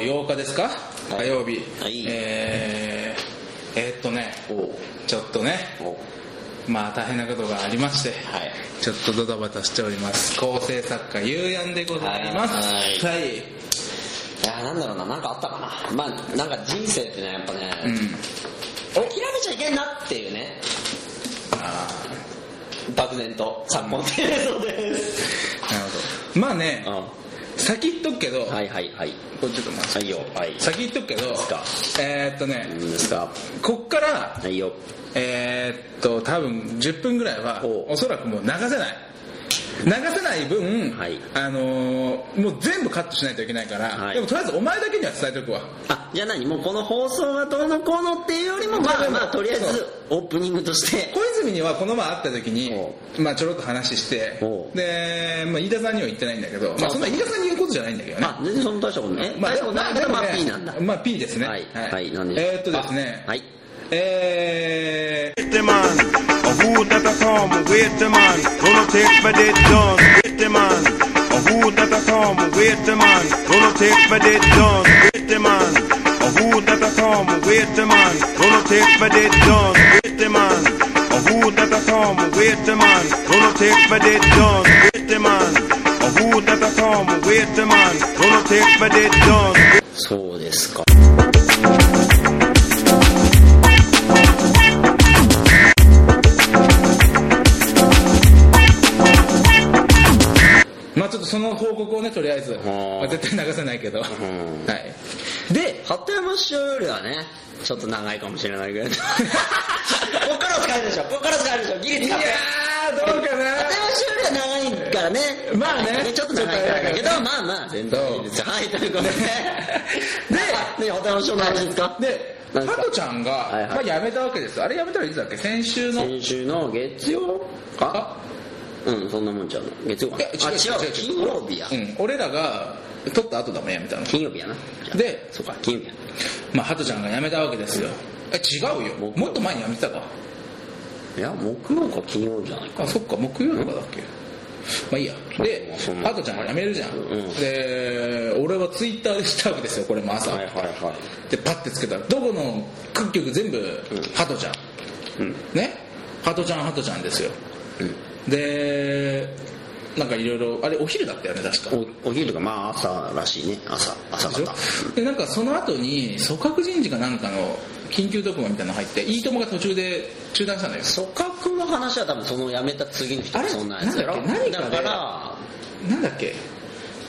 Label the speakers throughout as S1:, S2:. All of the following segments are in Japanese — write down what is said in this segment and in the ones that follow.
S1: か火
S2: はい
S1: 曜日
S2: はい
S1: えーえーっとね
S2: おう
S1: ちょっとね
S2: おう
S1: まあ大変なことがありまして
S2: はい
S1: ちょっとドタバタしております構成作家ゆうやんでございます
S2: はい
S1: はい
S2: いやなんだろうななんかあったかなまあなんか人生ってねやっぱね、
S1: うん
S2: 諦めちゃいけんなっていうね
S1: あ
S2: 漠然と昨今程度です、
S1: ーなるほどまあね
S2: うん、
S1: 先言っとくけど
S2: はいはいはい
S1: これちょっと待って
S2: はいよはい
S1: 先言っとくけど
S2: すか
S1: えーっと
S2: 何
S1: ね
S2: ですか
S1: こっから
S2: はいよ
S1: えーっと多分10分ぐらいは
S2: おう
S1: おそらくもう流せない流せない分、
S2: はい
S1: あのーもう全部カットしないといけないから、
S2: はい
S1: でもとりあえずお前だけには伝えとくわ
S2: あじゃあ何もうこの放送がどうのこうのっていうよりもまあまあとりあえずオープニングとして
S1: 小泉にはこの前会った時に
S2: お、
S1: まあ、ちょろっと話して
S2: おう
S1: で、まあ、飯田さんには言ってないんだけど、まあ、そんな飯田さんに言うことじゃないんだけどね
S2: あ全然そんな大したことないえ大したことないけどまあ P なんだ
S1: まあ P ですね
S2: はいはい何でしょう
S1: えーっとですね
S2: はい
S1: え
S3: Este man, och hotet att komma, vet det man, hon har täckt med ditt dans, vet det man, och hotet att komma, vet det man, hon har täckt med ditt dans, vet det man, och hotet att komma, vet det man, hon har täckt med ditt dans, vet det man, och hotet att komma, vet det man, hon har täckt med ditt dans, vet det man, och hotet att komma, vet det man, hon har täckt med ditt dans,
S2: そうですか
S1: ーまあちょっとその報告をねとりあえず、
S2: ん
S1: まあ絶対流せないけど、
S2: ん
S1: はいで
S2: 鳩山師匠よりはねちょっと長いかもしれないけど こっから使えるでしょこっから使えるでしょギ
S1: い
S2: リ使
S1: や
S2: う
S1: ーどうかな
S2: 片山修理は長いからね。
S1: まあね
S2: ちょっと長いからだけど、まあまあ、全然いいです。はい、ということで。で、ね、片山修理の話ですか
S1: で
S2: なんです
S1: ハ
S2: か
S1: トちゃんが、
S2: はいはい
S1: まあ、辞めたわけですあれ辞めたらいつだっけ先週の
S2: 先週の月曜
S1: あ
S2: かうん、そんなもんちゃうの。月曜か
S1: い
S2: な。
S1: や違
S2: あ、
S1: う違う違う
S2: 違う、金曜日や
S1: う。ん、俺らが撮った後だもん辞めたの
S2: 金曜日やな。
S1: で
S2: そうか、金曜日や。
S1: まあハトちゃんが辞めたわけですよえ違うよ
S2: 僕
S1: もっと前に辞めてたか
S2: いや、木曜か金曜じゃないか。
S1: あそっか木曜とかだっけまあいいやで
S2: そんな
S1: ハトちゃんが辞めるじゃん、
S2: うん
S1: で俺はツイッターでしたわけですよこれも朝、
S2: はいはいは
S1: でパッてつけたらどこの各局全部ハトちゃん、
S2: い。うん。
S1: ねハトちゃんハトちゃんですよ
S2: う
S1: でなんかいろいろあれお昼だったよね確か
S2: ん。おお昼とか、まあ朝らしいね。朝、朝
S1: でし
S2: 方。
S1: ょでなんかその後に組閣人事かなんかの緊急特番みたいなの入っていいともが途中で中断したのよ
S2: 組閣の話は多分その辞めた次の人
S1: あれ
S2: そんなやつやろ
S1: なんだっけ何かで
S2: だから、
S1: なんだっけ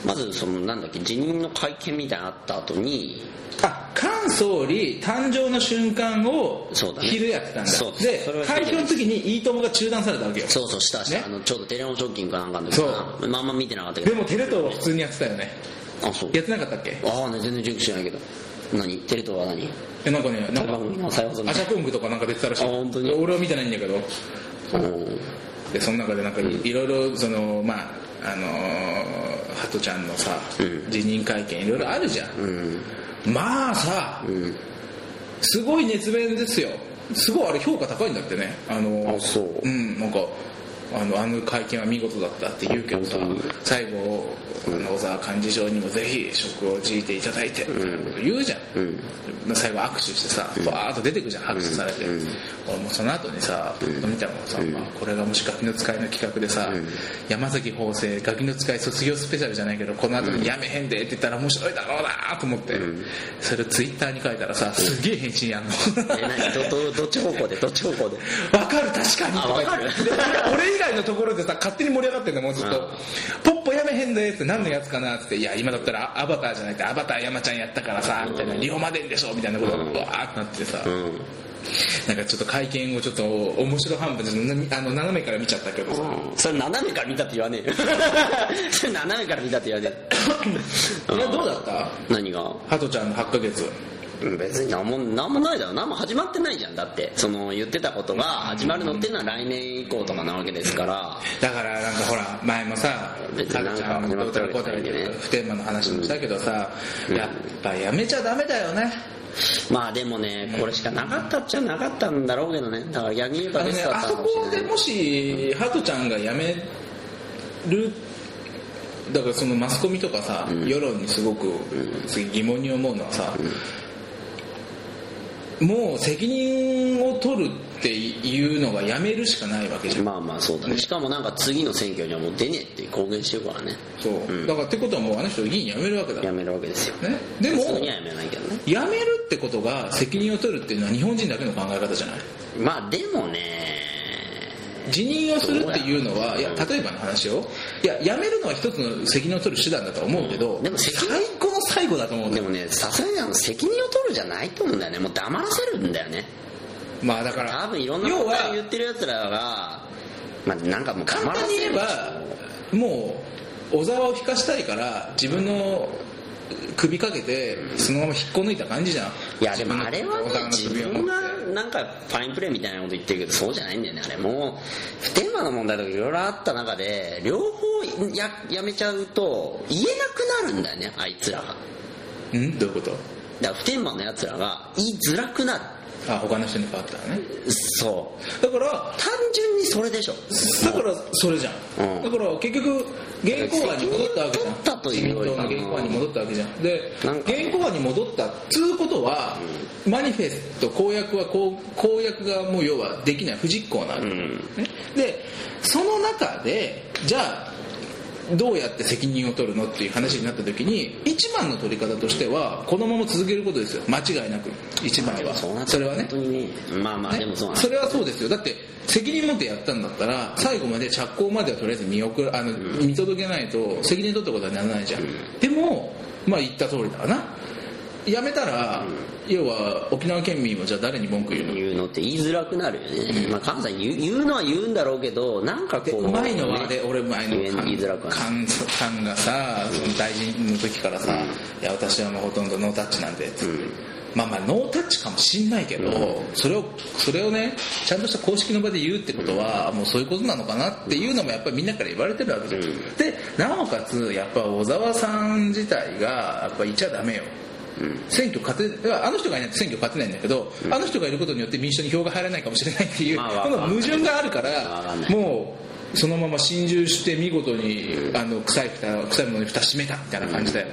S2: まずそのなんだっけ辞任の会見みたいなのあった後に
S1: あ菅総理誕生の瞬間を
S2: そうだね
S1: 昼やってたんだ
S2: そうですそれ
S1: で
S2: は
S1: 開票の時にいいともが中断されたわけよ
S2: そうそうしたした、
S1: ね
S2: あのちょうどテレホンショッキングかなんかの時かなまあんま見てなかったけ
S1: で
S2: ど
S1: もテレ東は普通にやってたよね
S2: あそう
S1: やってなかったっけ
S2: ああね全然準備しないけど何テレ東は何
S1: えなんかねなん
S2: 番組の
S1: か
S2: 再放送みた
S1: ア
S2: い
S1: ジャコングとかなんか出てたらしい
S2: あ本当に
S1: 俺は見てないんだけど
S2: うん
S1: でその中でなんかいろいろそのまああのーハトちゃんのさ、
S2: うん
S1: 辞任会見いろいろあるじゃん
S2: うん
S1: まあさ、
S2: うん
S1: すごい熱弁ですよすごいあれ評価高いんだってねあの
S2: あそうん
S1: なんかあのあの会見は見事だったって言うけどさ
S2: 本当に
S1: 最後あの小沢幹事長にもぜひ職を辞いていただいてみたいなこと言うじゃん、
S2: うん
S1: 最後握手してさバーッと出てくじゃん拍手されて、
S2: うん
S1: 俺もその後にさパッと見たのがさ、まあ、これがもしガキの使いの企画でさ、山崎邦生ガキの使い卒業スペシャルじゃないけどこの後にやめへんでって言ったら面白いだろうなと思って、それをツイッターに書いたらさすげえ返信やんの
S2: え何どどどっち方向でどっち方向で
S1: わかる確かに
S2: あわかる
S1: で俺以外のところでさ勝手に盛り上がってんだよもうずっと「ポッポやめへんで」って何のやつかなっつって「いや今だったらアバターじゃなくてアバター山ちゃんやったからさ」みたいな「リオマデンでしょ」みたいなことがわーってなってさ、
S2: うん
S1: なんかちょっと会見をちょっと面白半分であの斜めから見ちゃったけどさ、
S2: それ斜めから見たって言わねえよ それ斜めから見たって言わね え
S1: いやどうだった
S2: 何が
S1: ハトちゃんの8ヶ月
S2: うん別に何も何もないだろ何も始まってないじゃんだってその言ってたことが始まるのっていうのは来年以降とかなわけですから
S1: だからなんかほら前もさ
S2: 別
S1: ハ
S2: にな
S1: トち
S2: んか
S1: ゃんもどうたらこうたらって不天満の話もしたけどさ、やっぱやめちゃダメだよね、
S2: まあでもねこれしかなかったっちゃなかったんだろうけどねだから逆に言え
S1: あ
S2: ば
S1: の
S2: ベス
S1: ね
S2: トだ
S1: あ
S2: った
S1: そ
S2: のかもし
S1: こ
S2: れ
S1: で
S2: ない
S1: もしハトちゃんが辞めるだからそのマスコミとかさ、世論にすごくすごい疑問に思うのはさ、もう責任を取るっていうのがやめるしかないわけじゃん、
S2: まあまあそうだねしかもなんか次の選挙にはもう出ねえって公言してるからね
S1: そう、だからってことはもうあの人議員辞めるわけだ
S2: やめるわけですよ
S1: ね、でも
S2: 普通にはやめないけどね
S1: 辞めるってことが責任を取るっていうのは日本人だけの考え方じゃない
S2: まあでもね
S1: 辞任をするっていうのは
S2: どう
S1: い
S2: や
S1: や
S2: ろう
S1: 例えばの話をいや辞めるのは一つの責任を取る手段だとは思うけど、
S2: うんでも
S1: 最
S2: 責任
S1: 高の最後だと思うんだ
S2: で
S1: よ
S2: もねさすがにあの責任を取るじゃないと思うんだよねもう黙らせるんだよね
S1: まあだから
S2: 多分いろんなこ
S1: 要
S2: とを
S1: は
S2: 言ってるやつらがまあなんかもう
S1: 簡
S2: 黙ら
S1: 単に
S2: せ
S1: 言え
S2: る
S1: ばもう小沢を引かしたいから自分の首かけてそのまま引っこ抜いた感じじゃん
S2: いやでもあれはね自
S1: 自分の小
S2: 分
S1: 沢の首を持
S2: が
S1: って
S2: なんかファインプレーみたいなこと言ってるけどそうじゃないんだよねあれもう不天満の問題とかいろいろあった中で両方ややめちゃうと言えなくなるんだよねあいつらが
S1: んどういうこと
S2: だから不天満のやつらが言いづらくなる
S1: あ他の人に変わったらね
S2: そう
S1: だから
S2: 単純にそれでしょ
S1: だからそれじゃん、
S2: うん
S1: だから結局原稿案に戻ったわけじゃん
S2: 責任取ったというよりかな
S1: 自民党の原稿案に戻ったわけじゃんで
S2: なんか
S1: 原稿案に戻ったっつうことは、マニフェスト公約はこう公約がもう要はできない不実行なわけ、
S2: ん
S1: ねでその中でじゃあどうやって責任を取るのっていう話になった時に一番の取り方としてはこのまま続けることですよ間違いなく一番は
S2: うなっちゃ
S1: それはね
S2: 本当にねまあまあ
S1: ね
S2: でもそうなんだ
S1: それはそうですよだって責任持ってやったんだったら最後まで着工まではとりあえず見送るあの、見届けないと責任取ったことはならないじゃん、でもまあ言った通りだわなやめたら、要は沖縄県民もじゃあ誰に文句言うの
S2: 言うのって言いづらくなるよね、まあ、関西言う言うのは言うんだろうけどなんか
S1: で
S2: こう、
S1: うまいのは
S2: ね
S1: で俺うまいの
S2: 言え言いづらくはな
S1: カンカンがさその大臣の時からさ「いや私はもうほとんどノータッチなんで」つって、まあまあノータッチかもしんないけど、それをそれをねちゃんとした公式の場で言うってことは、もうそういうことなのかなっていうのもやっぱりみんなから言われてるわけじゃん、でなおかつやっぱ小沢さん自体がやっぱいちゃダメよ選挙勝てあの人がいないと選挙勝てないんだけど、あの人がいることによって民主党に票が入らないかもしれないっていう、
S2: まあわか
S1: こ
S2: んな
S1: の矛
S2: い
S1: 盾があるから
S2: わかんない
S1: もうそのまま心中して見事に、あの臭い蓋臭いものに蓋閉めたみたいな感じだよね、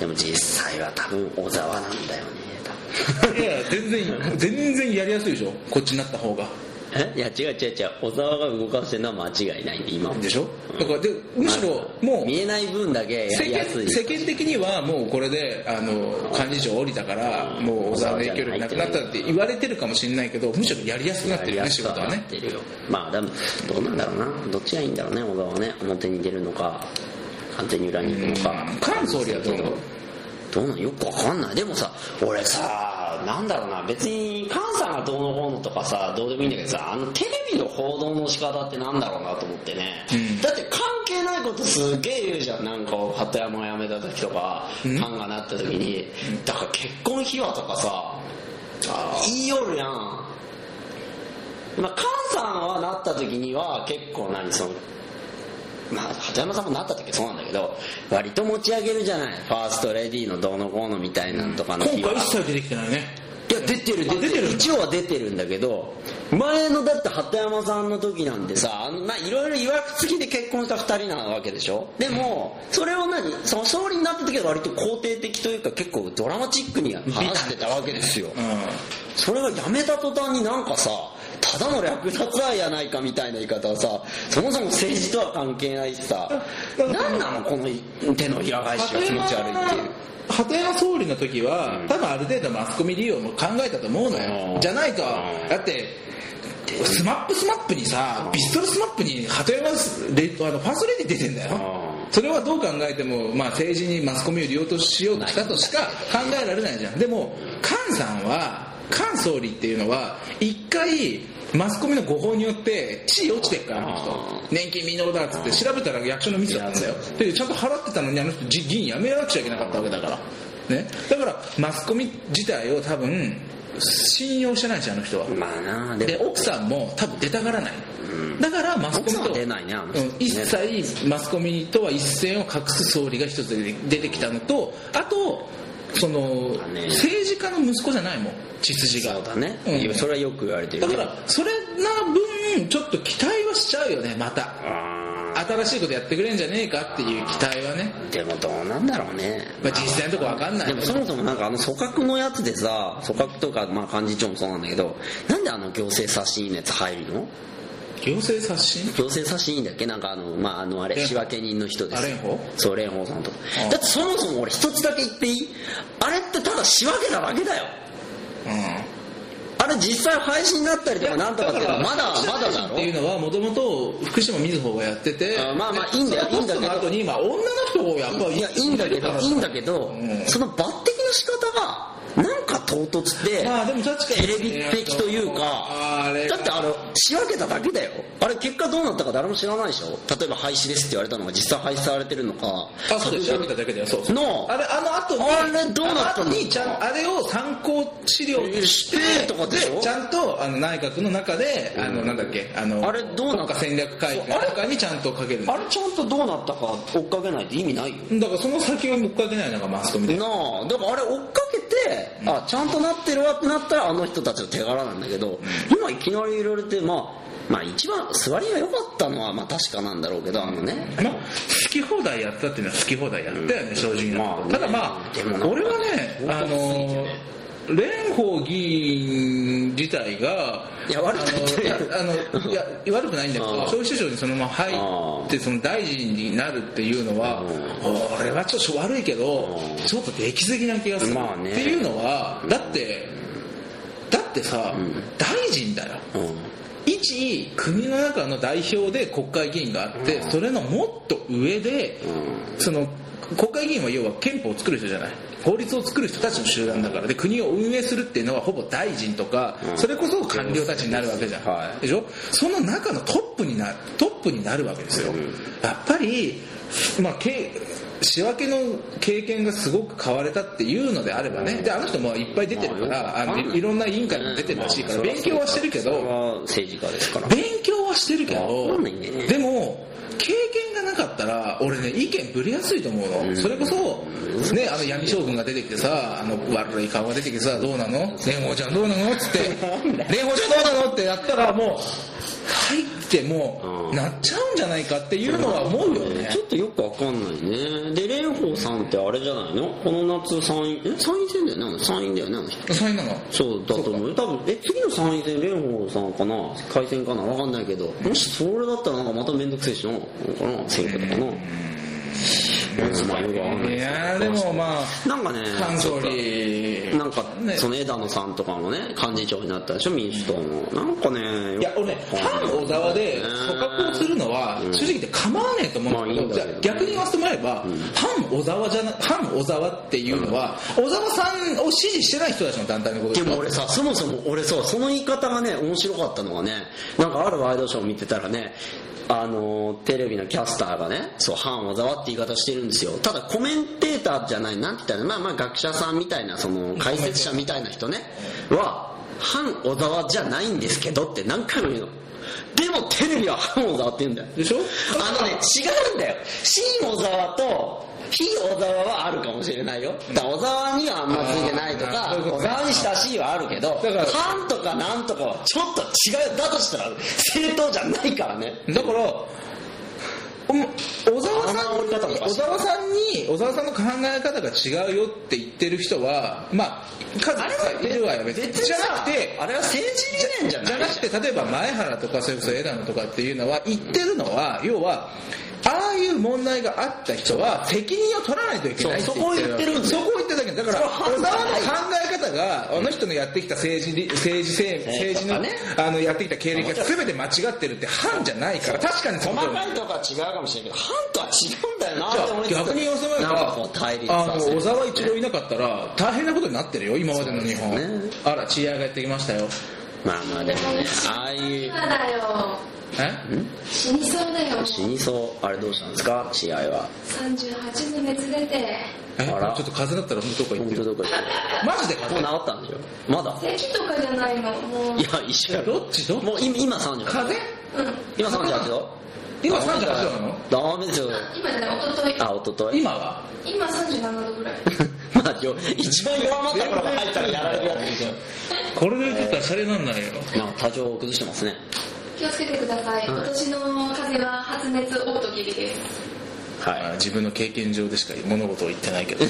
S2: でも実際は多分小沢なんだよね
S1: いや全然全然やりやすいでしょこっちになった方が
S2: 多分えいや違う違う違う小沢が動かしてるのは間違いないんで今も
S1: でしょだからでむしろもう
S2: 見えない分だけや
S1: 世
S2: りやす
S1: 間
S2: い
S1: 世間的にはもうこれであの幹事長降りたからもう小沢の影響力なくなったって言われてるかもしれないけどむしろやりやすくなってるよね仕事は
S2: やり
S1: ね
S2: やすくなってるよまあでもどうなんだろうなどっちがいいんだろうね小沢はね表に出るのか完全に裏に行くのか
S1: 菅総理はどうなの
S2: どうなんよくわかんないでもさ俺さなんだろうな別に菅さんがどうのこうのとかさどうでもいいんだけどさあのテレビの報道の仕方ってなんだろうなと思ってね、
S1: うん
S2: だって関係ないことすげえ言うじゃんなんか鳩山辞めた時とか菅、がなった時にだから結婚秘話とかさ言いよるやんまあ菅さんはなった時には結構何そのまあ、鳩山さんもなった時はそうなんだけど割と持ち上げるじゃないファーストレディーのどうのこうのみたいなのとかの日
S1: 今
S2: は
S1: 回一切出てきてないね
S2: いや出てる
S1: あ
S2: 出
S1: 出
S2: て
S1: て
S2: る
S1: る
S2: 一応は出てるんだけど前のだって鳩山さんの時なんてさあんないろいろいわくつきで結婚した2人なわけでしょでもそれを何その総理になった時は割と肯定的というか結構ドラマチックに話してたわけですよ
S1: う
S2: それがやめた途端になんかさただの略奪愛やないかみたいな言い方はさそもそも政治とは関係ないしさ何なのこの手のひら返しが気持ち悪いっていう
S1: 鳩山総理の時は、多分ある程度マスコミ利用も考えたと思うのよ、
S2: うん
S1: じゃないと、
S2: うん
S1: だってスマップスマップにさピストルスマップに鳩山レあのファーストレディー出てんだよ、
S2: う
S1: それはどう考えても、まあ、政治にマスコミを利用としようとしたとしか考えられないじゃんでも菅さんは菅総理っていうのは一回マスコミの誤報によって地位落ちてるからあの人年金未納だっつって調べたら役所のミスだったんだよでちゃんと払ってたのにあの人じ議員辞めなくちゃいけなかったわけだからねだからマスコミ自体を多分信用してないしあの人は
S2: まあな
S1: で
S2: でも
S1: 奥さんも多分出たがらない、だからマスコミ
S2: 奥さん
S1: と
S2: は出ないねあの人
S1: うん一切マスコミとは一線を画す総理が一つ出てきたのとあとその
S2: だね
S1: 政治家の息子じゃないもん血筋が
S2: そうだね、
S1: うん
S2: いやそれはよく言われてる
S1: だ
S2: け
S1: か
S2: ど
S1: らそれな分ちょっと期待はしちゃうよねまた
S2: あ
S1: 新しいことやってくれんじゃねえかっていう期待はね、
S2: でもどうなんだろうね
S1: まあ、実際のとこわかんないけ
S2: でも
S1: ど
S2: そもそもなんかあの組閣のやつでさ組閣とかまあ幹事長もそうなんだけどなんであの行政刷新熱入るの
S1: 行政刷新
S2: 行政刷新委員だっけなんかあの、まあ、あのあれ
S1: 蓮舫
S2: 仕分け人の人です
S1: あ蓮舫
S2: そう蓮舫さんと
S1: ああ
S2: だってそもそも俺一つだけ言っていいあれってただ仕分けただけだよ
S1: う
S2: あれ実際配信になったりとかなんとかっていうのはまだまだだ
S1: っ
S2: ろ
S1: ていうのはもともと福島みずほがやってて
S2: あまあまあいいんだよ
S1: そのポスト
S2: いいんだけど
S1: の後に今女の人をやっぱ
S2: いやいいんだけどいいんだけど、
S1: うん
S2: その抜擢の仕方がなんか唐突で、
S1: まあでも確か
S2: テ
S1: に
S2: レビ的という
S1: あ
S2: か
S1: あれ
S2: だってあの仕分けただけだよあれ結果どうなったか誰も知らないでしょ例えば廃止ですって言われたのが実際廃止されてるのか
S1: あそうです調べただけだよそうそう
S2: の
S1: あれあの後に
S2: あれどうなったの
S1: あの後にちゃんあれを参考資料とし
S2: して
S1: て
S2: とかでしょ
S1: ちゃんとあの内閣の中であのなんだっけあの
S2: あれどうなった
S1: 国家戦略会議の中にちゃんと書ける
S2: あれちゃんとどうなったか追っかけないって意味ないよ
S1: だからその先は追っかけないのがマスコミで
S2: なあだからあれ追っかけて、あちゃんとなってるわってなったらあの人たちの手柄なんだけど、今いきなり入れられてまあまあ一番座りが良かったのはまあ確かなんだろうけどあのね、
S1: まあ、好き放題やったっていうのは好き放題やったよね、正直な、
S2: まあね
S1: ただま
S2: でもなん
S1: あ
S2: か
S1: 俺はねあの蓮舫議員自体が
S2: いや悪くないって
S1: あのいやあのいや悪くないんだけど
S2: あー
S1: 消費者庁にそのまま入ってその大臣になるっていうのは俺はちょっと悪いけど
S2: うん
S1: ちょっとできすぎな気がする、
S2: まあね
S1: っていうのはだってだってさ、大臣だよ
S2: う
S1: 一国の中の代表で国会議員があって、
S2: うん
S1: それのもっと上で、
S2: う
S1: その国会議員は要は憲法を作る人じゃない法律を作る人たちの集団だからで国を運営するっていうのはほぼ大臣とか、
S2: うん
S1: それこそ官僚たちになるわけじゃん、
S2: はい
S1: でしょその中のトップになトップになるわけですよ、
S2: うん
S1: やっぱり、まあ、け仕分けの経験がすごく変われたっていうのであればね、であの人もいっぱい出てるか
S2: ま
S1: ら
S2: あ
S1: あ
S2: よくわ
S1: の
S2: かんない
S1: いいろんな委員会も出てるらしいから勉強はしてるけど、
S2: 政治家ですから
S1: 勉強はしてるけ
S2: わ
S1: ど
S2: かんないんだよね
S1: でも経験がなかったら俺ね意見ぶれやすいと思うの、それこそ、ね、あの闇将軍が出てきてさあの悪い顔が出てきてさどうなの蓮舫ちゃん どうなのっつって蓮舫ちゃんどうなのってやったらもう入っても
S2: う
S1: うんなっちゃうんじゃないかっていうのは思うよね
S2: ちょっとよくわかんないねで蓮舫さんってあれじゃないのこの夏参院え参院選だよねあの参院だよねあの人
S1: そういうのが
S2: そうだと思うよ多分え次の参院選蓮舫さんかな改選かなわかんないけどもしそれだったらなんかまた面倒くせえしなのかな選挙とかなうんまあよくわかんない
S1: い
S2: です
S1: やーでもまあ
S2: なんかね
S1: 菅総理
S2: なんかその枝野さんとかもね幹事長になったでしょ民主党のなんかねよ
S1: いや俺ね反小沢で
S2: ね
S1: 組閣をするのは正直言って構わねえと思うんだけど、
S2: まあいいん
S1: じゃ
S2: だ
S1: あ
S2: けどね
S1: 逆に言わせてもらえば、反小沢じゃな反小沢っていうのは、小沢さんを支持してない人たちの団体のこと
S2: で
S1: でし
S2: も
S1: ょ
S2: 俺さ、そもそも俺そう、その言い方がね、面白かったのがね、なんかあるワイドショー見てたらね、あのーテレビのキャスターがね、そう、反小沢って言い方してるんですよ。ただコメンテーターじゃない、なんて言ったら、まあまあ学者さんみたいな、その解説者みたいな人ね、は、反小沢じゃないんですけどって何回も言うの。でもテレビは反小沢って言うんだよ。
S1: でしょ
S2: あのね、違うんだよ。新小沢と、非小沢はあるかもしれないよ。だから小沢にはあんまついてないと
S1: あー
S2: か
S1: そういう、こと
S2: 小
S1: ね
S2: 沢に親しいはあるけど、
S1: だから
S2: 反とかなんとかはちょっと違う。だとしたら、正当じゃないからね。
S1: だからお小沢さ
S2: あの折り方
S1: ん
S2: も
S1: に
S2: お
S1: 小
S2: かしい
S1: 沢さんに小沢さんの考え方が違うよって言ってる人はまあ数いるわよ別にじゃなくて
S2: あれは政治理念じゃない
S1: じゃなくて例えば前原とかそれこそ枝野とかっていうのは言ってるのは要はああいう問題があった人は責任を取らないといけない
S2: そうそこを言ってるんだよ
S1: そこを言ってるだけだから
S2: それは
S1: 小沢
S2: 犯
S1: の考
S2: 罪だよ
S1: え方があの人のやってきた政治理政治政政治の,、
S2: ね
S1: あのやってきた経歴が全て間違ってるって反じゃないから確かにその
S2: 細
S1: 通り
S2: かいとかは違うかもしれないけど、反とは違うんだよなって思いつつ
S1: 逆に言わせない
S2: なんかこう対立
S1: あの小沢一郎いなかったら大変なことになってるよ今までの日本、
S2: そうですね
S1: あらチアがやってきましたよ
S2: まあまあでもね、ああいう、
S4: だよ
S1: え
S4: 死にそうだよ
S2: 死にそう、あれどうしたんですか試合は。
S4: 38度熱出て
S1: えちょ
S2: あ
S1: っ
S2: ら
S1: と風邪だったら本当か言っ
S2: 本
S1: て
S2: 当
S1: る
S2: どこ行った
S1: マジで風
S2: もう
S1: 邪
S2: 治ったんでしょまだ
S4: 咳とかじゃないのもう
S2: いや、一緒やろ。
S1: どっちどっち
S2: もう今、今38度。
S1: 風邪
S2: 今38度
S1: 今38度なの
S2: ダメですよ。
S4: 今じゃない一昨日
S2: あ、おととい。
S1: 今は
S4: 今37度ぐらい
S2: まあ、よ一番弱まった頃が入ったらやられるやつですよ。
S1: これで言ってたらシャレなんないよ
S2: なんか、多少崩してますね。
S4: 気をつけてください。今年の風邪は発熱オートギリです。
S1: あー自分の経験上でしか物事を言ってないけど
S2: い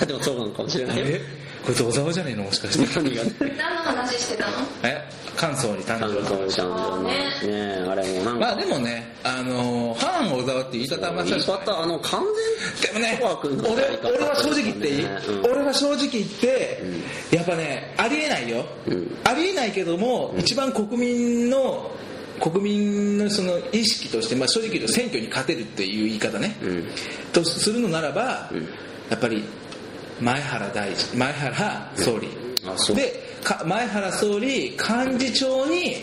S2: やでもそうなのかもしれないよ
S1: えこれ小沢じゃねえのもしかして
S2: 何がね
S4: 何の話してたの
S1: え関西に誕
S2: あ
S1: 生
S2: の
S1: 日
S2: かもしれないねえあれもなん
S1: まあ
S2: か
S1: でもねあのー反小沢って言い方は間違
S2: 言い
S1: ってない
S2: 方あの完
S1: でもね
S2: ソワ君の
S1: 俺
S2: やり方
S1: 俺は正直言っていい、
S2: うん
S1: 俺は正直言って、やっぱねありえないよ、
S2: ん
S1: ありえないけども、一番国民の国民のその意識として、まあ、正直言うと選挙に勝てるっていう言い方ね、
S2: ん
S1: とするのならば、やっぱり前原大臣前原総理、
S2: うんあそう
S1: でか前原総理幹事長にや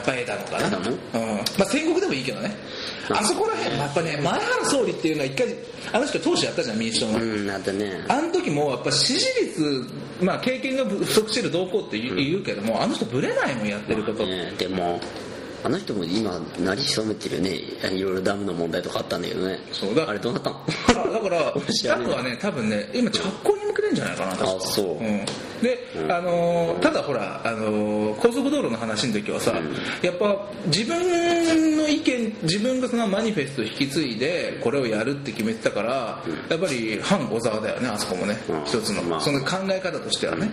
S1: っぱ得たのかな
S2: 得たの
S1: うんまあ、戦国でもいいけどねあそこら辺やっぱね前原総理っていうのは一回あの人当主やったじゃん民主党の、
S2: 全うんだってね
S1: あの時もやっぱ支持率、まあ、経験が不足してる動向って言う,、けどもあの人ぶれないもんやってること、
S2: ねでもあの人も今なり潜めてるよねいろいろダムの問題とかあったんだけどね
S1: そうだ
S2: あれどうなったの
S1: だからだ から
S2: 知
S1: 近
S2: らない
S1: くはね多分ね今着工に向けてんじゃないかな確か
S2: あそう
S1: うん、で、あのーただほら、あのー高速道路の話の時はさ、やっぱ自分の意見自分がそのマニフェストを引き継いでこれをやるって決めてたから、やっぱり反小沢だよねあそこもね、
S2: うん
S1: 一つの、
S2: まあ
S1: その考え方としてはね、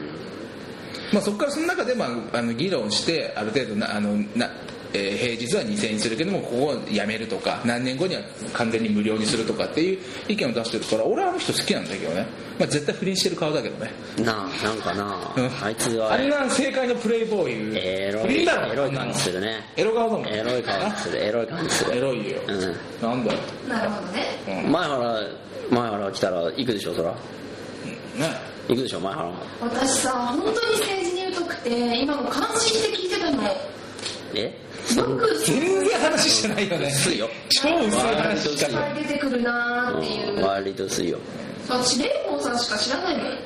S1: まあ、そこからその中で、まあ、あの議論してある程度なあのな、えー平日は2000円にするけどもここをやめるとか何年後には完全に無料にするとかっていう意見を出してるから俺はあの人好きなんだけどね、まあ、絶対不倫してる顔だけどね
S2: なあなんかな
S1: うん
S2: あいつ
S1: あ
S2: は
S1: んな政界のプレイボーイ
S2: エロ
S1: 不倫
S2: い
S1: だろ
S2: エロい感じするね
S1: エロ顔だもん
S2: エロい感じするエロい感じす
S1: エ
S2: る
S1: ロいよ、
S2: う
S1: なんだよ、
S4: なるほどね。
S1: うん、ね
S2: 前原前原来たら行くでしょそら行くでしょ前原も
S4: 私さ、本当に政治に疎くて、今も関心して聞いてたの。
S2: え
S4: よく
S1: 全然話してないよね
S2: 薄いよ
S1: 超薄い話しか
S4: いっぱい出てくるなーっていうう。
S2: ん割と薄いよ
S4: 私、蓮舫さんしか知らないもん。
S1: 本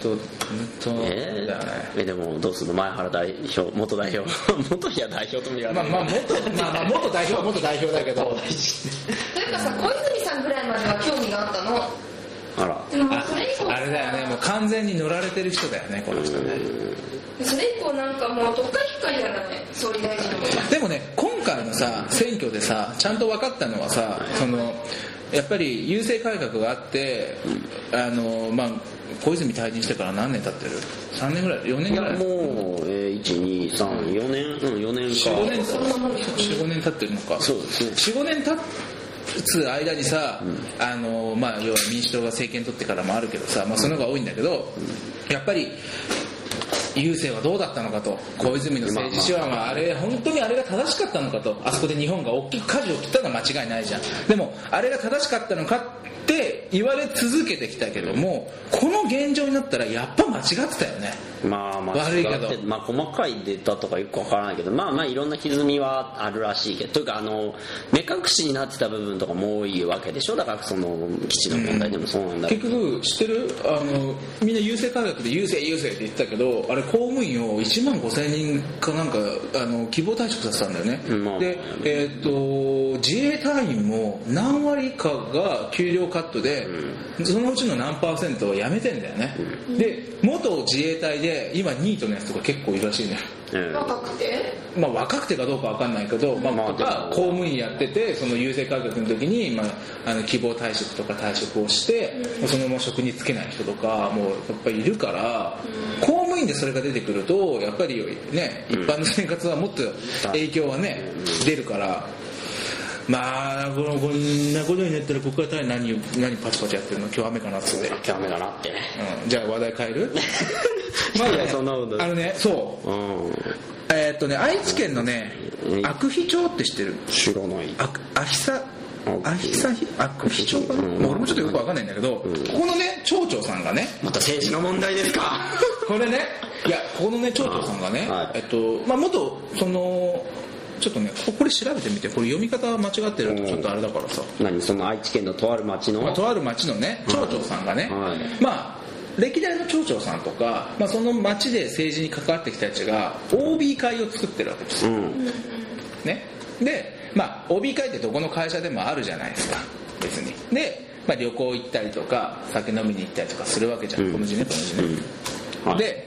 S1: 当本当
S2: え
S1: だよね
S2: えでもどうするの前原代表元代表元いや代表とも言わ
S1: まあ
S2: ない
S1: まあ元、まあまあ元代表は元代表だけど。
S4: というかさ、小泉さんぐらいまでは興味があったの。
S2: あら
S4: でも
S1: あ
S4: それ以降
S1: あれだよね、もう完全に乗られてる人だよね、この人ね。
S4: それ以降なんかもうどっか引っかいじゃない総理大臣も
S1: でもね、今回のさ、選挙でさ、ちゃんと分かったのはさ、その、やっぱり郵政改革があって、あの、まあ、小泉退陣してから何年経ってる ?3 年ぐらい ?4 年
S2: い
S1: ぐ
S2: や
S1: らい
S2: もう、えー、1234年う
S1: 45
S2: ん4年
S1: 年
S2: か
S1: か45年経ってるのか
S2: そうですね
S1: 45年経つ間にさ、あのまあ要は民主党が政権取ってからもあるけどさ、まあ、その方が多いんだけど、やっぱり郵政はどうだったのかと小泉の政治手腕はあれ本当にあれが正しかったのかとあそこで日本が大きく舵を切ったのは間違いないじゃんでもあれが正しかったのかって言われ続けてきたけどもこの現状になったらやっぱ間違ってたよね
S2: まあまあ
S1: 悪いけど
S2: 違ってまあ細かいデータとかよくわからないけどまあまあいろんな歪みはあるらしいけどというかあの目隠しになってた部分とかも多いわけでしょだからその基地の問題でもそうなんだけど
S1: 結局知ってるあのみんな郵政改革で郵政郵政って言ってたけどあれ公務員を1万5千人かなんかあの希望退職させたんだよね、
S2: うんまあ
S1: で、えー、と自衛隊員も何割かが給料カットで、そのうちの何パーセントは辞めてんだよね、で元自衛隊で今ニートのやつとか結構いるらしいね
S2: うん
S4: 若くて
S1: まあ、若くてかどうかわかんないけど、まあ、
S2: まあ
S1: とか
S2: で
S1: 公務員やっててその優勢改革の時に、まあ、あの希望退職とか退職をして、そのまま職に就けない人とかもうやっぱりいるから、公務員でそれが出てくるとやっぱりね一般の生活はもっと影響はね、出るから。まあ、このこんなことになったらここから何を何パチパチやってるの今日雨かなっつって、
S2: ダメだなってね
S1: うん、じゃあ話題変え るま
S2: いやそんなこと
S1: あのねそう
S2: うん
S1: えーっとね愛知県のね
S2: うん
S1: 阿久比町って知ってる
S2: 知らない
S1: ああひさあひさひ阿久比町かな、
S2: うん
S1: 俺もちょっとよくわかんないんだけど、ここのね町長さんがね
S2: また政治の問題ですか
S1: これねいやここのね町長さんがね、
S2: は
S1: え
S2: い
S1: っとまあ元そのちょっとねここれ調べてみてこれ読み方間違ってるとちょっとあれだからさ、
S2: 何その愛知県のとある町の
S1: まあ、とある町のね町長さんがね、
S2: はい
S1: まあ歴代の町長さんとか、まあ、その町で政治に関わってきた人たちが OB 会を作ってるわけですよ
S2: うん
S1: ね、で、まあ、OB 会ってどこの会社でもあるじゃないですか別にで、まあ、旅行行ったりとか酒飲みに行ったりとかするわけじゃん、
S2: うん
S1: この字ねこの字ね、
S2: はい
S1: で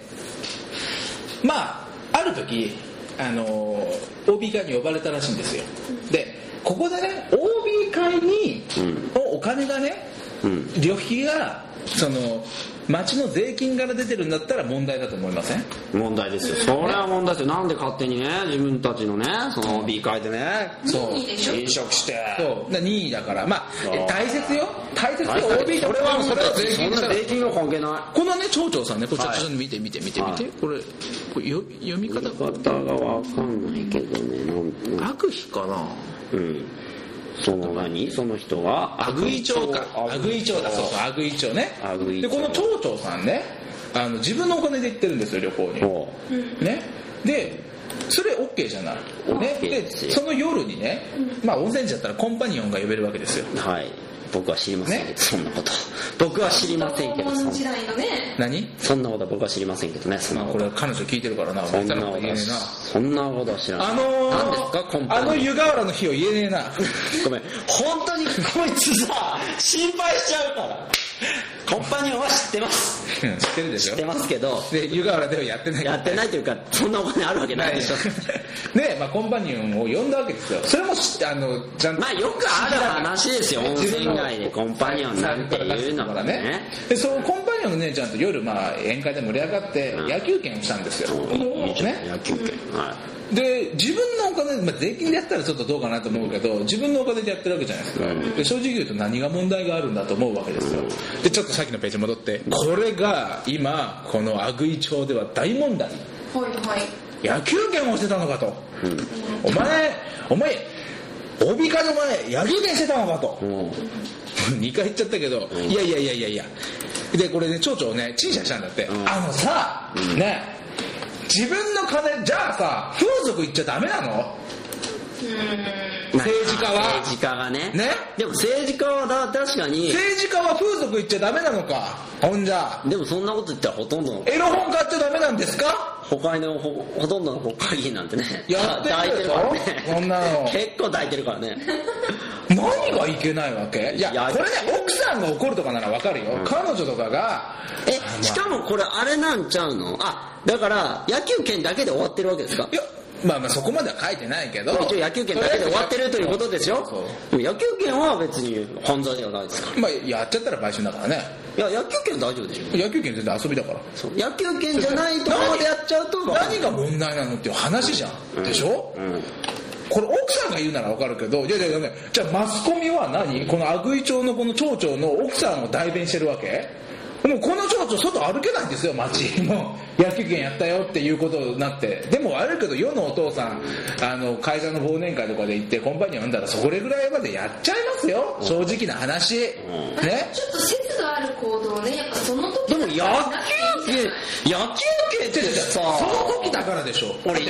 S1: まあある時あの OB 会に呼ばれたらしいんですよでここでね OB 会に、のお金がね、旅費がその町の税金から出てるんだったら問題だと思いません
S2: 問題ですよそれは問題ですよなんで勝手にね自分たちのねその B 会でね
S1: そう
S4: いいでしょ
S2: 飲食して
S1: そうな2位だからまあ
S2: あー
S1: え大切よ大切よ OB
S2: それは
S1: そ
S2: そ
S1: れ
S2: れ
S1: は
S2: は
S1: 税
S2: 税
S1: 金だか
S2: 金そん
S1: ら
S2: な税金は関係な
S1: このね町長さんねこれちょ
S2: はい
S1: ちょっと見て見て見て見て、
S2: はい
S1: これこれよ読み方
S2: い方がわかんないけどねなんなん
S1: 悪秘かな
S2: うんその何その人は
S1: アグイ町か
S2: ア
S1: ア
S2: グ
S1: グ
S2: イ
S1: イ
S2: 町
S1: 町だそうそうアグイ町ね
S2: アグイ
S1: で
S2: 町
S1: この町長さんねあの自分のお金で行ってるんですよ旅行に
S2: おう
S1: ねでそれ OK じゃない、ね、
S2: OK
S1: で
S2: ですよ
S1: その夜にね、まあ、温泉地だったらコンパニオンが呼べるわけですよ
S2: はい僕は知りませんけど、
S1: ね
S2: そんなこと僕は知りませんけど
S4: 訪
S2: そん
S4: 問時代のね
S1: 何
S2: そんなことは僕は知りませんけどねそんな
S1: まあ
S2: こ
S1: ことれ彼女聞いてるからな
S2: そん
S1: 俺
S2: な
S1: らの
S2: こ
S1: こと
S2: と
S1: 言え
S2: は
S1: ねえな
S2: そんなことは知らない
S1: あの
S2: 何ですかコン
S1: ー、
S2: パ
S1: あの
S2: ニオン
S1: 湯河原の日を言えねえな
S2: ごめん本当にこいつさ心配しちゃうからコンパニオンは知ってます
S1: うん知ってるでし
S2: 知
S1: ょ
S2: ってますけど
S1: で湯河原ではやってない
S2: やってないというかそんなお金あるわけないでしょ
S1: ねまあ、コンパニオンを呼んだわけですよそれも知ってあのちゃんと
S2: まあよくある話ですよ温泉街でコンパニオンなんていうのがね
S1: でそうコンパニオンの姉ちゃんと夜、まあ、宴会で盛り上がって
S2: うん
S1: 野球券をしたんですよ、
S2: いいじゃん
S1: ね
S2: 野球券は
S1: で自分のお金、まあ、税金でやったらちょっとどうかなと思うけど自分のお金でやってるわけじゃないですか、
S2: うん
S1: で正直言うと何が問題があるんだと思うわけですよ、でちょっとさっきのページ戻ってこれが今この阿久井町では大問題
S4: はいはい
S1: 野球券をしてたのかと、
S2: ん
S1: お前お前帯かの前野球券してたのかと、
S2: いも
S1: 2回言っちゃったけど、
S2: ん
S1: いやいやいやいやいやでこれね町長ね陳謝したんだって、
S2: うん
S1: あのさ、ね自分の金じゃあさ風俗行っちゃダメなの
S2: う
S1: 政治家は
S2: 政治家がね
S1: ね
S2: でも政治家はだ確かに
S1: 政治家は風俗行っちゃダメなのかほんじゃ
S2: でもそんなこと言ったらほとんどの
S1: エロ本買っちゃダメなんですか
S2: ほかのほほとんどの国会議員なんてね
S1: やってる でしょ
S2: 抱いてるからね
S1: そんな の
S2: 結構抱いてるからね
S1: 何がいけないわけいや
S2: いや
S1: これね奥さんが怒るとかならわかるよ、彼女とかが
S2: えしかもこれあれなんちゃうのあだから野球券だけで終わってるわけですか
S1: いやまあまあそこまでは書いてないけど
S2: 一応野球券だけで終わってるということですよ
S1: そう
S2: でも野球券は別に犯罪ではないですか
S1: まあやっちゃったら買収だからね
S2: らいや野球券大丈夫でしょ
S1: 野球券全然遊びだから
S2: そう野球券じゃないところでやっちゃうと
S1: 何が問題なのっていう話じゃん、でしょ、
S2: うん
S1: これ奥さんが言うならわかるけどいやいやいやじゃあマスコミは何この阿久井町のこの町長の奥さんを代弁してるわけもうこの町長外歩けないんですよ街 の野球券やったよっていうことになってでも悪いけど世のお父さんあの会社の忘年会とかで行ってコンパニオン呼んだらそれぐらいまでやっちゃいますよ正直な話
S2: う
S1: ね
S4: ちょっと節度ある行動ねやっぱその
S2: で
S4: 時
S2: も野球券野球券って
S1: そ
S2: さ
S1: の時だからでしょ
S2: 俺
S1: OB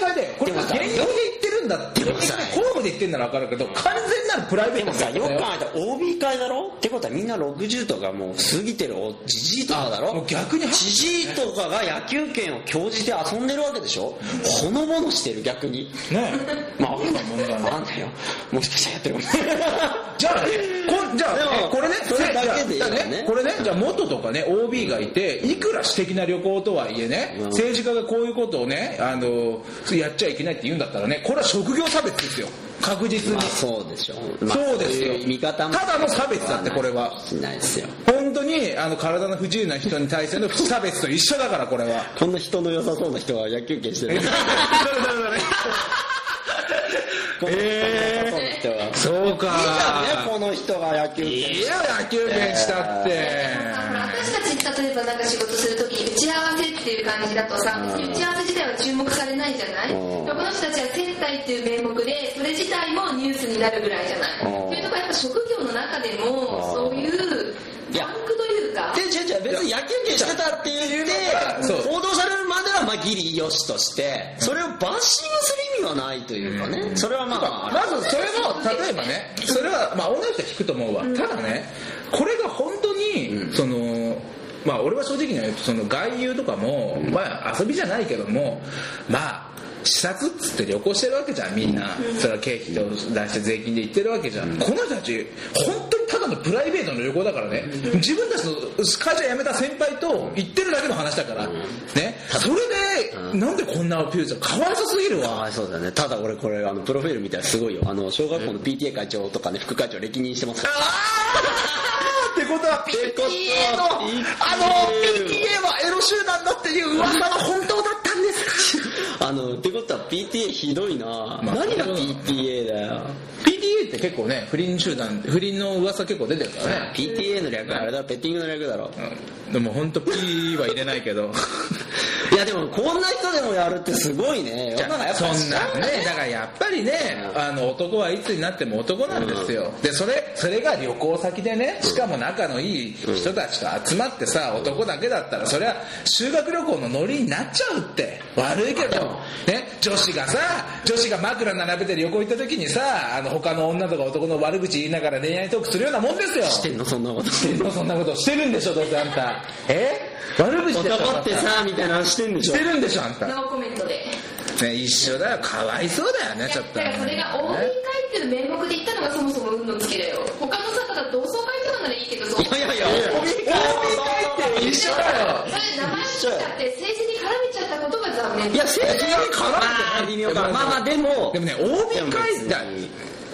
S1: 会でこれは現状で言ってるんだって
S2: でもさ
S1: ホームで言ってんなら分かるけど完全なるプライベ
S2: で
S1: ート
S2: も
S1: だ
S2: さ
S1: よ
S2: よく考えたら OB 会だろってことはみんな60とかもう過ぎてるおじじいとかだろ
S1: もう逆に
S2: じじいとかが野球券を興じて遊んでるわけでしょほのぼのしてる逆に
S1: ね
S2: まあ
S1: 何が問題なの
S2: なんだよもしかしたらやって
S1: じ
S2: る
S1: ゃあねこんじゃあ
S2: でも
S1: えこれね
S2: それだけでいい
S1: じゃ
S2: よ
S1: あ
S2: ね
S1: じゃあこれねじゃあ元とかね OB がいていくら私的な旅行とはいえね
S2: うん
S1: 政治家がこういうことをねあのやっちゃいけないって言うんだったらねこれは職業差別ですよ確実
S2: ま
S1: に
S2: あそうでしょまあ
S1: そうですよ
S2: い見方も
S1: ただの差別だってこれは
S2: しないですよ
S1: 本当にあの体の不自由な人に対しての不差別と一緒だからこれは
S2: こんな人の良さそうな人が野球券してるええ
S1: そう
S2: いいじゃんねこの人が野球
S1: い
S2: 券
S1: や野球弁したって、
S4: さほら私たち例えばなんか仕事するとき打ち合わせっていう感じだとさ別に打ち合わせ自体は注目されないじゃないで
S2: うん
S4: もこの人たちは接待っていう名目でそれ自体もニュースになるぐらいじゃない
S2: うん
S4: というとこはやっぱ職業の中でも
S2: うん
S4: そういう
S2: いや
S4: ランクというか
S2: で、じゃじゃ別に野球券してたって言って
S1: そう、
S2: 報道されるまではまあギリよしとして、それをバッシングする意味はないというかね、それはまあ、
S1: まずそれも例えばねそれはまあ女の人は引くと思うわ、ただねこれが本当に、そのまあ俺は正直に言うとその外遊とかも、まあ遊びじゃないけどもまあ視察っつって旅行してるわけじゃんみんな、それは経費と出して税金で行ってるわけじゃん、この人たち本当にただのプライベートの旅行だからね、自分たちの会社辞めた先輩と行ってるだけの話だから、ねそれで、なんでこんなアピールじゃんかわいそすぎる
S2: か
S1: わ
S2: わいそうだよねただ俺これあのプロフィールみたいすごいよあの小学校の PTA 会長とかね副会長歴任してますから
S1: ってことは PTA のあの PTA はエロ集団だっていう噂は本当だったんですか
S2: あのってことは PTA ひどいな、
S1: まあ
S2: 何が PTA だよ
S1: PTA って結構ね不倫集団不倫の噂結構出てるからね
S2: PTA の略あれだペッティングの略だろ
S1: うんでも本当 P は入れないけど
S2: いやでもこんな人でもやるってすごいね世の中やっ
S1: そ
S2: ぱ
S1: んなねだからやっぱりね
S2: うん
S1: あの男はいつになっても男なんですよでそれそれが旅行先でねしかも仲のいい人たちと集まってさ男だけだったらそれは修学旅行のノリになっちゃうって悪いけどね女子がさ女子が枕並べて旅行行った時にさあの他の女とか男の悪口言いながら恋愛トークするようなもんですよ
S2: してんのそんな こと
S1: そんなことしてるんでしょどうせあんたえ悪口でしょ
S2: 男ってさみたいな話してんでし
S1: し
S2: ょ
S1: てるんでしょあんた
S4: ノーコメントで
S1: ね、一緒だよかわいそうだよねちょっと
S4: だからそれが大喜利会っていう名目で言ったのがそもそも運のつけだよ他のさただ同窓会とかならいいけどそ
S2: いやいやいや
S1: 大喜利会って一緒だよ
S4: それ名前にしちゃって政治に絡めちゃったことが残念
S2: いや政治に絡ん
S1: まあ微
S2: 微
S1: 妙
S2: 妙
S1: か
S2: かまあまあでも
S1: でもね OB 会だ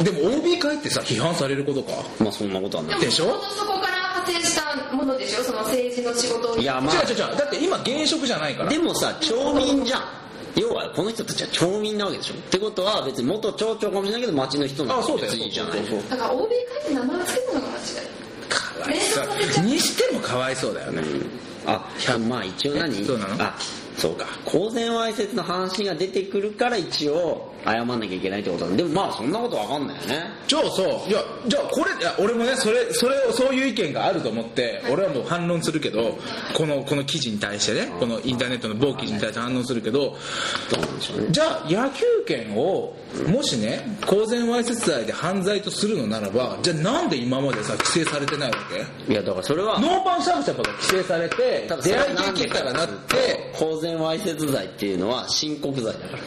S1: でも OB 会ってさ批判されることか
S2: まあそんなことはな
S4: で
S2: い
S4: も
S1: でしょ
S4: そこから派生したものでしょその政治の仕事を
S2: いやま
S1: 違う違う違うだって今現職じゃないか
S2: あ
S1: ら
S2: でもさ町民じゃん要はこの人たちは町民なわけでしょってことは別に元町長かもしれないけど町の人な
S1: あ
S2: の
S1: そうだよ
S2: 別にいいじゃない
S1: そうそう
S4: だから OB 会って名前をつけたのが間違
S1: かわいそうにしてもかわいそうだよね
S2: あまあ一応何
S1: そうなの
S2: あそうか公然わいせつの話が出てくるから一応謝んなきゃいけないってことなんでもまあそんなことわかんないよね
S1: じゃあさいやじゃあこれいや俺もねそれそれをそういう意見があると思って俺はもう反論するけどこのこの記事に対してねこのインターネットの某記事に対して反論するけど
S2: どうなんでしょうね
S1: じゃあ野球権をもしね公然わいせつ罪で犯罪とするのならばじゃあなんで今までさ規制されてないわけ
S2: いやだからそれは
S1: ノーパンシャブシャブが規制されて
S2: ただそ
S1: 出
S2: れは
S1: 会い系結果がなっ
S2: なんで
S1: て
S2: か公然わいせつ罪っていうのは申告罪だから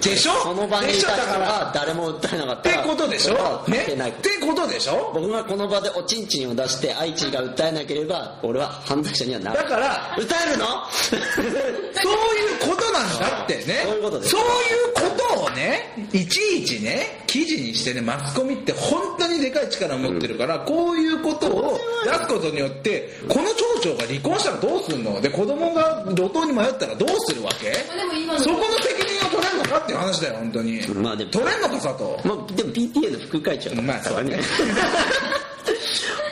S1: でしょ
S2: その場にい
S1: で
S2: た
S1: しょ
S2: 人
S1: だから
S2: が誰も訴えなかっ
S1: ったて
S2: ら
S1: ことでし
S2: それは
S1: ょね
S2: 関係ない
S1: ってことでしょ
S2: 僕がこの場でおちんちんを出して愛知が訴えなければ俺は犯罪者にはな
S1: だ
S2: らない
S1: から
S2: 訴えるの
S1: そういうことなんだってね。
S2: そういうことです
S1: そういうことをね、いちいちね、記事にしてね、マスコミって本当にでかい力を持ってるから、こういうことを出すことによって、この町長が離婚したらどうすんので、子供が路頭に迷ったらどうするわけ
S4: えたでも今の
S1: そこの責任を取れるのかっていう話だよ、本当に。
S2: まあでも
S1: 取れんのか、佐藤。
S2: まあ、でも PTA の副会長とか
S1: まあそうだね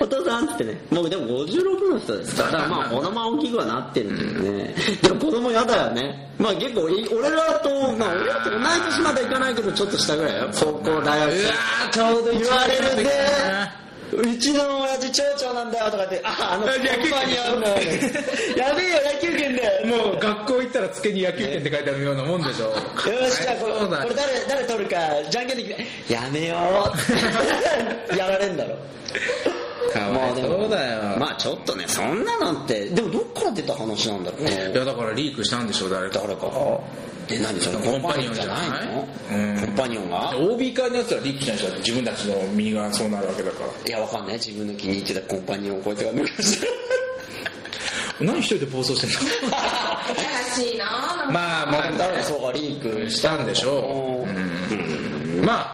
S2: お父さんっつってねもうでも56の人ですからだからまあお名前大きくはなってるんだけどね、でも子供やだよねまあ結構い俺らとまあ俺らと同い年までいかないけどちょっとしたぐらいよ高校大学
S1: うわーちょうど
S2: 言われるでうちの親父町長なんだよとかってああの
S1: 野球
S2: コンパニオンのやべえよ野球拳だよ
S1: もう学校行ったら付けに野球券って書いてあるようなもんでしょ。
S2: よし、じゃあこれ、
S1: そうだ
S2: これ誰、誰取るか、じゃんけんで決め、やめよう やられんだろ。
S1: かわいそうだよ。
S2: まあちょっとね、そんなのって、でもどっから出た話なんだろう
S1: い
S2: ね。
S1: やだからリークしたんでしょ誰か
S2: 誰か。で、何それ、
S1: コ
S2: コ
S1: ン
S2: ン
S1: パ
S2: パ
S1: ニ
S2: ニ
S1: オ
S2: オ
S1: ン
S2: ン
S1: じ
S2: じ
S1: ゃ
S2: ゃ
S1: な
S2: ないい
S1: うん
S2: のコンパニオンが
S1: OB 会のやつらリークしない人だって自分たちの右側がそうなるわけだから
S2: いや、わかんない。自分の気に入ってたコンパニオンをこうやって抜か して。
S1: 何一人で暴走してんの
S4: 怪しいなぁなんか
S1: まあま
S2: 誰かそうか、リンク
S1: したんでしょう、うんまあ